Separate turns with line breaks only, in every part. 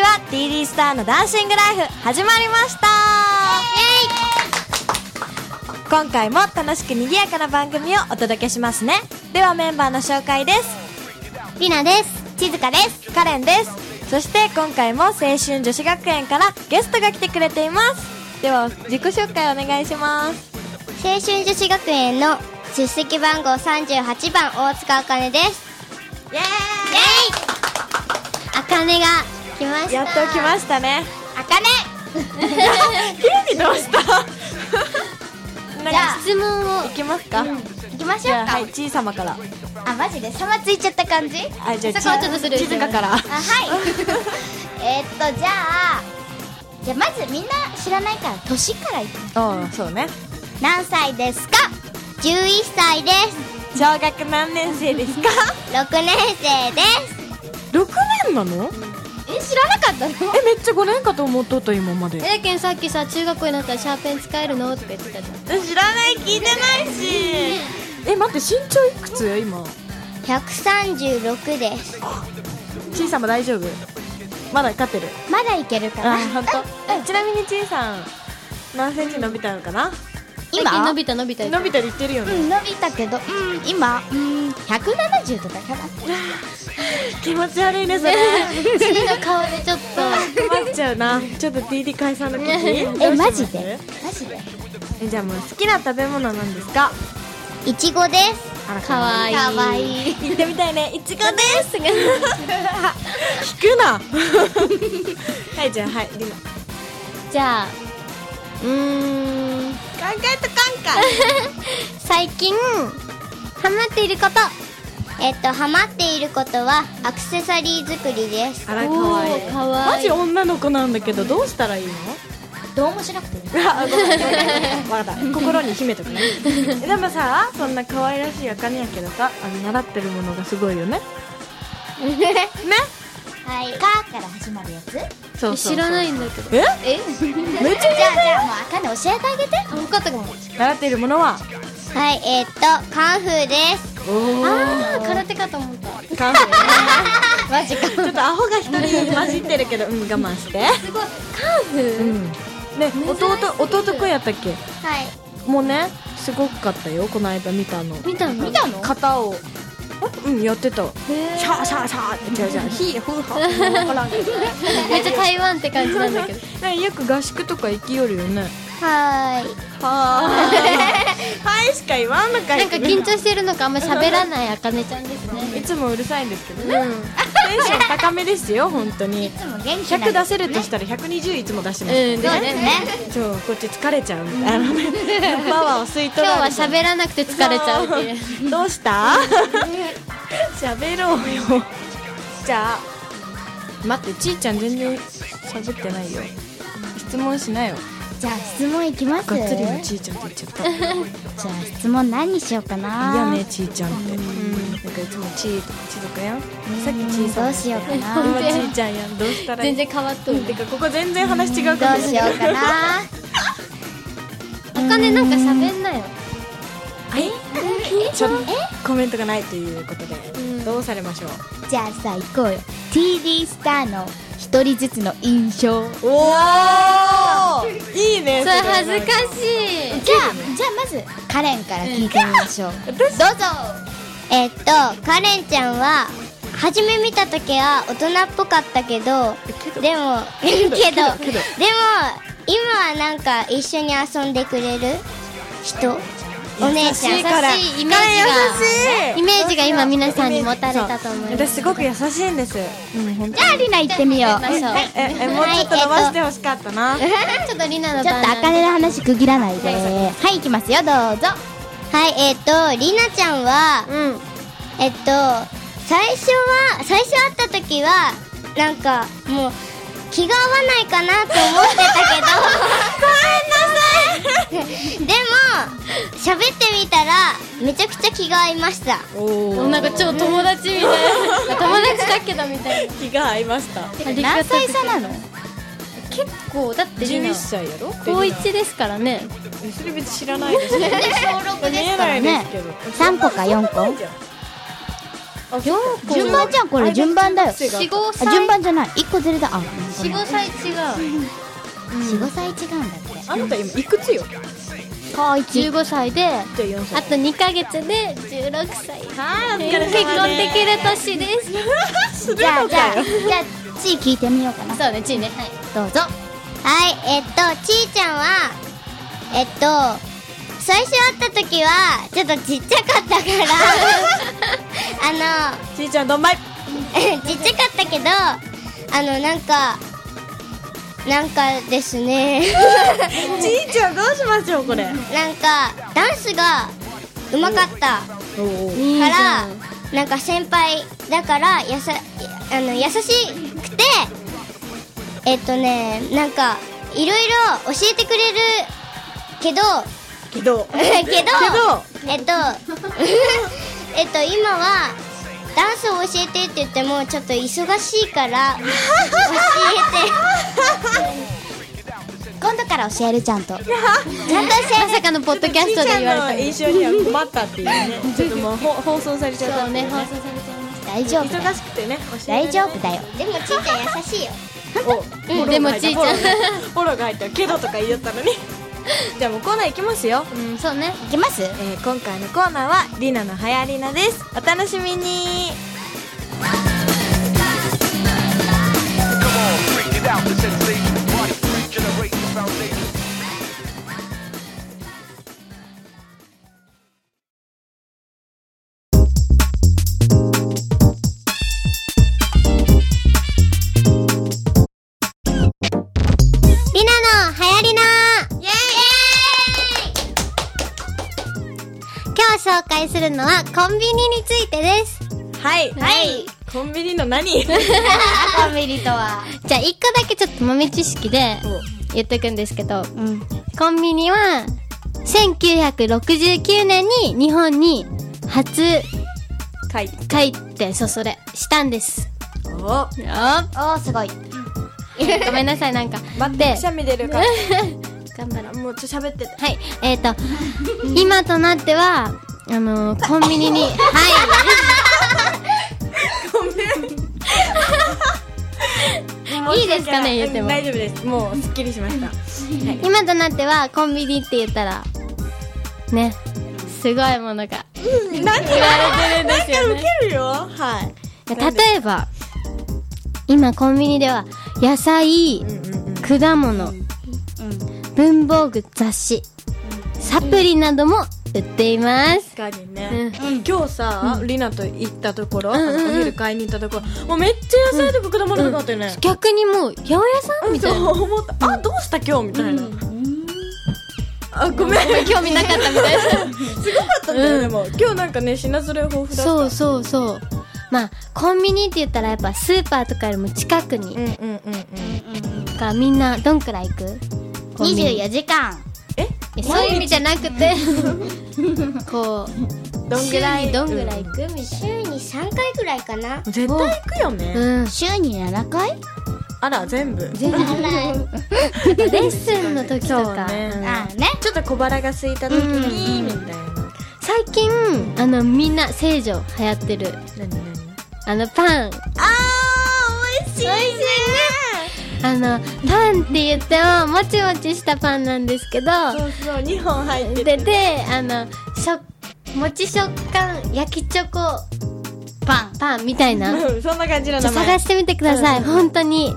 スターのダンシングライフ始まりました今回も楽しく賑やかな番組をお届けしますねではメンバーの紹介です
りなです。ちずかです。
カレンですそして今回も青春女子学園からゲストが来てくれていますでは自己紹介お願いします
青春女子学園の出席番号38番大塚あかねです。イェ
イエ
イあかねが来ました。
やっと来ま
し
したね
た。あかね
急にどうした
じゃあ質問を
行きますか、
行きまし
じ
ょ
ゃ
う
あ
か。
はいちいさまから
あ、マジでさまついちゃった感じ
あじゃあ
そこはちょっとする。
静かから
あ、はい。 えーっと、じゃあ、じゃあまずみんな知らないから年からいく。
うんそうね
何歳ですか ?11 歳です。
小学何年生ですか
6年生です。
6年なの
え、知らなかったの
えめっちゃ5年かと思っとった今まで
えーけんさっきさ中学校になったらシャーペン使えるのとか言ってたじゃん
知らない聞いてないしえ待って身長いくつ今
136です
ちいさま大丈夫まだ勝ってる
まだいけるかな
あ本当。えちなみにちいさん何センチ伸びたのかな
最近
今
伸びた伸びた
伸びたり言ってるよ
う
ね
ん伸びたけど、うん、今、うん、170とかかな
気持ち悪い ねそれ
次の顔でちょっと
困っちゃうなちょっと DD 解散の時
えマジでマジで
えじゃあもう好きな食べ物なんですか
いちごです
あら
かわいい
かわいい
行ってみたいねいちごです聞く なはいじゃあはいりな考
じゃあうーん
えとかんかい
最近ハマっていることえっとハマっていることはアクセサリー作りです
あらかわい
お
い
ーかわいい
マジ女の子なんだけどどうしたらいいの
どうもしなく ていい
あごめんごめんわかった心に秘めとくね えでもさそんな可愛らしいあかねやけどさあの習ってるものがすごいよねね
はいかから始まるやつじゃ
そうそうそう
知らないんだけど
え
え
めっち
あ
ゃ
じゃあもうあかね教えてあげて
あ分かったかも
習っているものは
はいえっとカンフーです
おお
ああ空手かと思った
カンフーね
マジか
ちょっとアホが一人混じってるけど、うん、我慢して。
すごいカン
う
フ
ん。ね、弟、弟くんやったっけ
はい
もうね、すごかったよ、この間見たの。
ー見たの
見たの
型を。うん、やってた。
へー
シャーシャーシャーって、違う違う、ヒーフーハー。わからん けど。
めっちゃ台湾って感じなんだけど
ね、よく合宿とか行きよるよね。
はーい
はーい。 はいしか言わんのかい。
なんか緊張してるのかあんま喋らないあかねちゃんですね
いつもうるさいんですけどね。テンション高めですよ、本当 に。
いつも元気
100
な
出せるとしたら120いつも出してます。
うんで
そう
す
です
ね
ね
そうこっち疲れちゃうみたいなね パワーを吸い取
今日
ら
は
れて
喋らなくて疲れちゃうっていう
そうどうした 喋ろうよじゃあ待ってちいちゃん全然喋ってないよ質問しなよ
じゃあ質問いきます
がっつりのちいちゃんって言っちゃった
じゃあ質問何にしようかない
やねちいちゃんってなんかいつもちーとかちとかやんさっきちいさん
どうしようかな
今ちいちゃんやんどうしたらいい
全然変わっとる
てかここ全然話違うか
ど
ら
うしよう かな
あかねなんか喋んなよ
はいちょっとコメントがないということで
ん
どうされましょう
じゃあさ行こうよ TD スターの一人ずつの印象じゃ
おおいいね
それ恥ず
い
かしい
あじゃあまずカレンから聞いてみましょうどうぞえっとカレンちゃんは初め見た時は大人っぽかったけどでも けど
けどけ
で
ど
も今はなんか一緒に遊んでくれる人お姉ちゃん
から
優しいイメージ
彼優しい
イメージが今皆さんに持たれたと思います
私すごく優しいんですうん本当
じゃあリナ行ってみよう
行ってみましょう
はい
ええもうちょっと伸ばしてほしかったな
ちょっとりなの
ちょっとあかねの話区切らないではい行きますよどうぞはいえっ、とりなちゃんは
うん
えっ、と最初は最初会った時はなんかもう気が合わないかなと思ってたけどごめんなさいでも喋ってみたらめちゃくちゃ気が合いました
おー
なんか超友達みたいな友達だけどみたいな
気が合いました
何歳差なの
結構だってりな
11歳やろ
高一ですからね
えそれ別に知らないです見
小6
えないですけど
3個か4個
じゃ順
順番じゃんこれ順番だよ
四五
あ
歳
順番じゃない一個ずれだあ
四五歳違う
四五歳違うんだって
あなた今いくつよ
高一
15歳で
じゃあ4歳
あと2ヶ月で16歳結
あーお疲れ
婚で
様
きる
です
年です
する
じゃ
の
あじゃ
か
あ
よ
じゃあちい聞いてみようかな
そうねちいねはい
どうぞ
はいえっとちーちゃんはえっと最初会った時はちょっとちっちゃかったからあの
ちいちゃんどんまい
ちっちゃかったけどあのなんかなんかですね
ちいちゃんどうしましょうこれ
なんかダンスがうまかった
おお
からなんか先輩だからやさあの優しくてえっとねなんかいろいろ教えてくれるけ ど
け ど
けど
けど
えっと えっと今はダンスを教えてって言ってもちょっと忙しいから教えて。
今度から教えるち ゃんと
ちゃんと教え
まさかのポッドキャストで言われた
ちいちゃんの印象には困ったっていうねちょっともうほ放送されちゃった
そうね放送されち
大丈夫だよ
忙しくてね教え
大
てね
丈夫だよ
てでもちーちゃん優しいよ
おフォロー
でも
が入った
ちいちゃん
フォローが入ったけどとか言いよったのにじゃあもうコーナーいきますよ、
ゃいうんそうね
いきます
えー今回のコーナーはりなのはやりなですお楽しみに
Come on, bring it out, the sensation. Party freak, generate the foundation.
りなの流行りなイエーイ今日紹介するのはコンビニについてです
はい
はい
コンビニの何
コンビニとは
じゃあ1個だけちょっと豆知識で
お
言っとくんですけど、コンビニは1969年に日本に初
かい
開店そうそれしたんです
お
あ
おーすごい
ごめんなさいなんか
待ってくしゃみ出る から
頑張ろう
もうちょっと喋ってて
はいえっ、と今となってはあのーコンビニにはい
ごめん
いいですかね言っても
大丈夫ですもうすっきりしました
今となってはコンビニって言ったらねすごいものが
何言われてるんですよ、ね、なんかウケるよはいなんで
例えば今コンビニでは野菜、
うんうんうん
果物、文房具雑誌、サプリなども売っています、
確かにね、今日さ、りなと行ったところ、あのお昼買いに行ったところもうめっちゃ野菜とか果物とかあったよね、
逆にもう八百屋さんみたいな
そう思ったあどうした今日みたいな、あごめんよ
興味なかったみたいな
かったんだよでも 今日なんかね品揃え豊富だった
そうそうそうまあコンビニって言ったらやっぱスーパーとかよりも近くに、
うんうんうんうん
かみんなどんくらい行くコンビニ
24時間
いやそういう意味じゃなくてこう
どんぐら
週
い
にどんぐらい
うん
行くみたい
週に3回くらいかな
絶対行くよね、
なうん
週に7回
あら全部
全然レッスンの時と
そう
か、
ね
あーね
ちょっと小腹が空いた時に、みたいな
最近あのみんな聖女流行ってる
何何
あのパン
あー美味しいね
あのパンって言ってももちもちしたパンなんですけど
そうそう2本入って
で
て
であのしょもち食感焼きチョコ
パン
パンみたいなちょ
うんそんな感じの
っと
名前
探してみてください本当に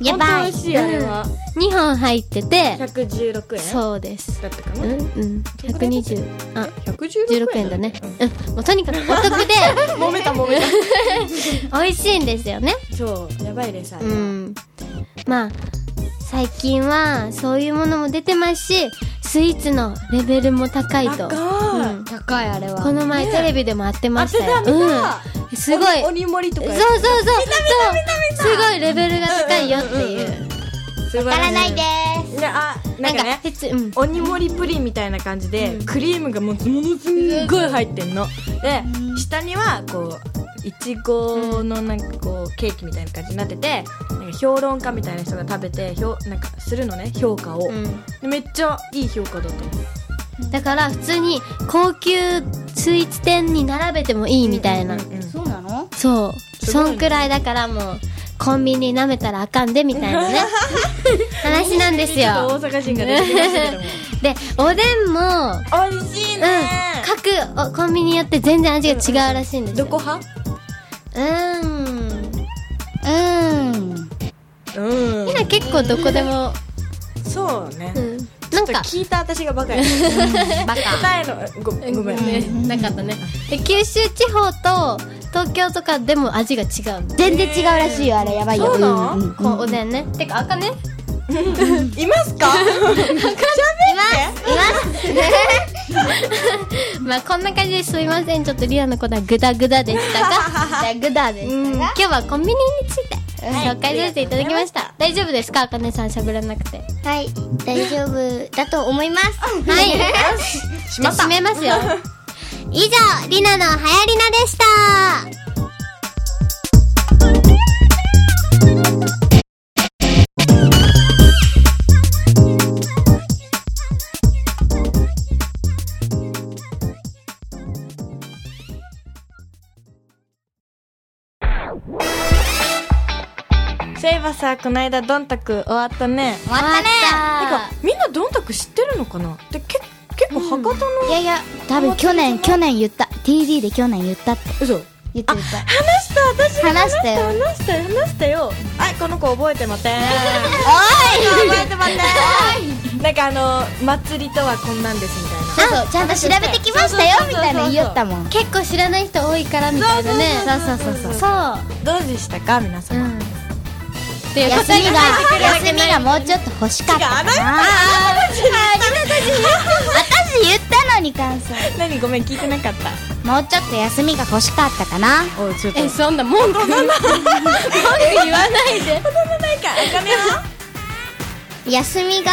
や
本
ば
当美
い
味しいあれは
2本入ってて
116円
そうです
だったか
う
な
んうん120あ
116
16円だねうんもうとにかくお得で
揉めた揉めた
美味しいんですよね
そうやばいでさ
うんまあ最近はそういうものも出てますしスイーツのレベルも高いと
高い
うん
高いあれは
この前テレビでも当てましたよ、
当てた見た
うんすごい
鬼鬼盛りとか
そう
や
そう
つ
そうそうすごいレベルが高いよっていう,、
素晴
わから
し
ないです
いやあな
なんん
か
か
ね
鉄うん
鬼盛りプリンみたいな感じで、クリームがもうものすんごい入ってんので下にはこういちごのなんかこうケーキみたいな感じになっててなんか評論家みたいな人が食べてひょなんかするのね評価を、でめっちゃいい評価だと思う
だから普通に高級スイーツ店に並べてもいいみたいな、
うんうんうん
そうなの
そうそんくらいだからもうコンビニ舐めたらあかんでみたいなね話なんです
ちょ
よ
っと大阪人が出てきましたけども
でおでんも
美味しいね、
うん、各おコンビニによって全然味が違うらしいんです
ど
よ
こ派
うーん
うん。
うん
みんな結構どこでも、
そうね、
うん、
な
なんん
か
か
聞いた私がバカやね
バ
答えのごごめんね
なかったねで九州地方と東京とかでも味が違う
全然違うらしいよ、あれ。やばいよ。
そうなの
んん
こうおでんねてかあかね
いますか
まあこんな感じですいませんちょっとリアのことはグダグダでした が
グダで
うん今日はコンビニについて紹介させていただきました、大丈夫ですかあかねさん喋らなくて
はい大丈夫だと思います
はい
しまった
閉めますよ
以上りなのはやりなでした
そういえばさこの間どんたく終わったね
終わったね
てかみんなどんたく知ってるのかなでけ結構博多の、
いやいや、多分去年、去年言った。TD で去年言ったって。
嘘
言って言った。
話した私が
話したよ
話したよ話したよはいこの子覚えてませんおい覚えてませんなんかあの祭りとはこんなんですみたいな
そうそう、ちゃんと調べてきましたよ
そうそうそうそう
みたいなの言おったもん。
結構知らない人多いからみたいなね
そうそうそうそう。
そう
どうでしたか皆様、
うんっていうこと
休
で
みが、休みがもうちょっと欲しかったかな。私言ったのに感想。
何ごめん聞いてなかった
もうちょっと休みが欲しかったかな。
おちょっと
えそんな文句文句言わない
な
で
んかあかねは
休みが、も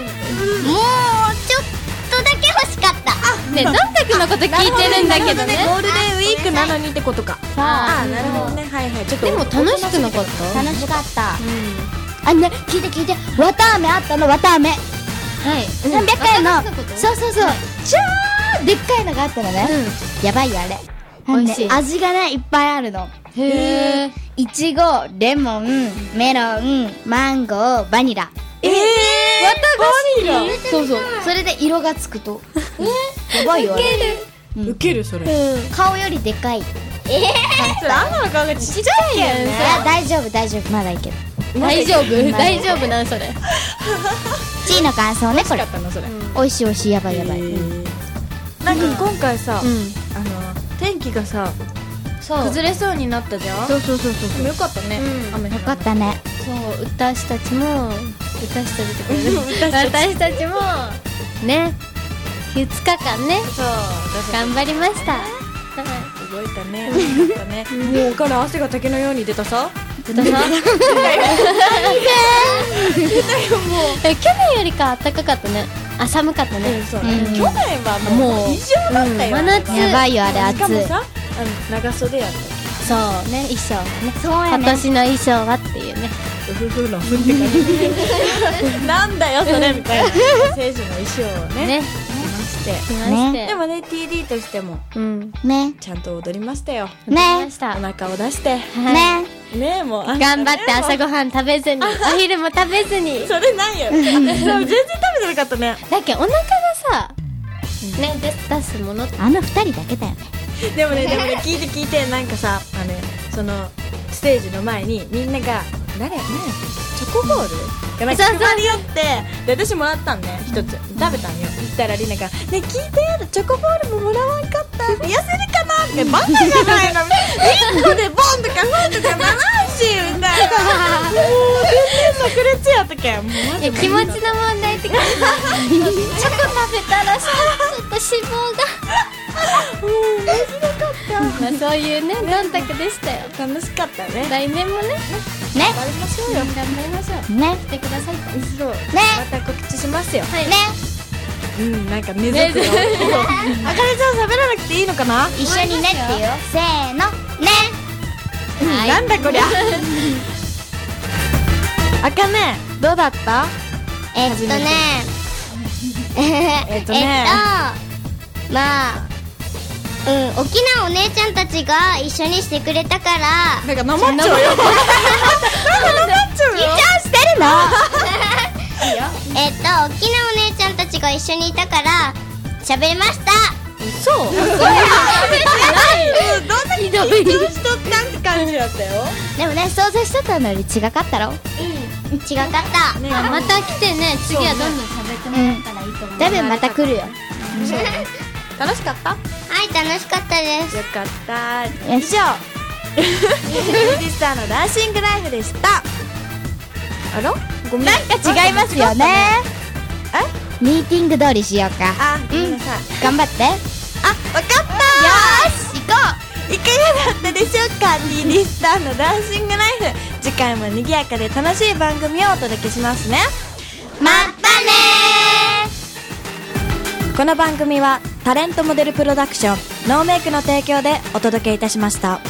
うちょっとだけ欲しかった
ねどんたくのこと聞いてるんだけどね
ゴールデンウィークなのにってことかああなるほどねはいはいちょっと
でも楽しくなかっ
楽しかった。あね、聞いて聞いて。わたあめあったの、わたあめ。
たはい
300円の
わたあめのこと
そうそうそう超でっかいのがあったのね、やばいよあれ
美味しい
なんで味がねいっぱいあるの
へえ
いちごレモンメロンマンゴーバニラ
ええ
バニラそうそうそれで色がつくとやばいよあれ
ー、ウケるそれえ
顔よりでかい
それアンナの顔がちっちゃいやん
あ大丈夫大丈夫まだいける
大丈夫大丈夫なんそれ
チーの感想ねこれ
だったのそれ、
美味しい美味しいやばいやばい、
なんか今回さ、
ん
あの天気がさ
そう
崩れそうになったじゃんそうそうそうそうでもよかったね、
うん
雨降
よ
ら
か
な
っ
くて
たね
そう私たちも私たちとかね
私たち
私たちもね2日間ね
そう私
頑張りました
動いたね動いたねもうから汗が竹のように出た さ
豚さんえ去年よりか暖かかったねあ寒かったね
そう、
ん
去年はも
も
う
う
異常だったよ、
うん真夏
やばいよあれ
しか
暑
も
い
さあの長袖やった
そうね衣装ね
そうや
今
ね
年の衣装はっていうね
うふふのふって感じ なんだよそれみたいな選手の衣装をね
ね
着まして
来まして
でもね TD としても
うん
ね
ちゃんと踊りましたよ
来
ね
ました
お腹を出して
ね
ねえもう
頑張って朝
ご
ごはん食べずにお昼も食べずに
それないよでも全然食べてなかったね
だっけお腹がさね出す出すものって
あの二人だけだよね
でもねでもね聞いて聞いてなんかさあのねそのステージの前にみんなが誰ねチョコボールがなんか
そうそう
配り寄ってで私もらったんね一つ食べたんよそしたらりなが「ね聞いてチョコボールももらわんかった」って「痩せるかな?」って「バカじゃないの」1個でボンとかフンとかならんし」みたいな「もう全然炸裂やったけん」もうマ
い
ジ
や気持ちの問題 って感じチョコ食べたらさちょっと脂肪
もう面白かっ
がまあそういうねどんたくでしたよ
た楽しかったね
来年もね
ね
頑張りましょうよ
頑張りましょう
ね
来てくださいと
そう
ね
また告知しますよ
はい
ね
うん、なんか根付 くよ。あかねちゃん喋らなくていいのかな。
一緒にねっていうよせーのね
はい
なんだこ りゃ。あかね、どうだった。
えっとねえ
えっとね
っとまあ
うん大きなお姉ちゃんたちが一緒にしてくれたから
なんかなまっちゃう よ。なまっちゃうよ。
してるの えっと大きなお姉ちゃんたちが一緒にいたから喋れました
そう。そうや。どんなに緊張しとったんって感じだったよ。
でもね想像しとったのより違かったろ
違かった、
ね
また来てね次はどんどん食べてもらったらいいと思う、
多分また来るよ
楽しかった？よ
はい楽しかったです
かった。以上。リリスターのダンシングライフでした。あら？ごめん。なん
違いますよね
え？
ミーティング通りしようか
あ、ごめんなさい。
頑張って
あ、わかったよし行こういかがだったでしょうかリリースターのダンシングライフ次回も賑やかで楽しい番組をお届けしますね
まったね
この番組はタレントモデルプロダクションノーメイクの提供でお届けいたしました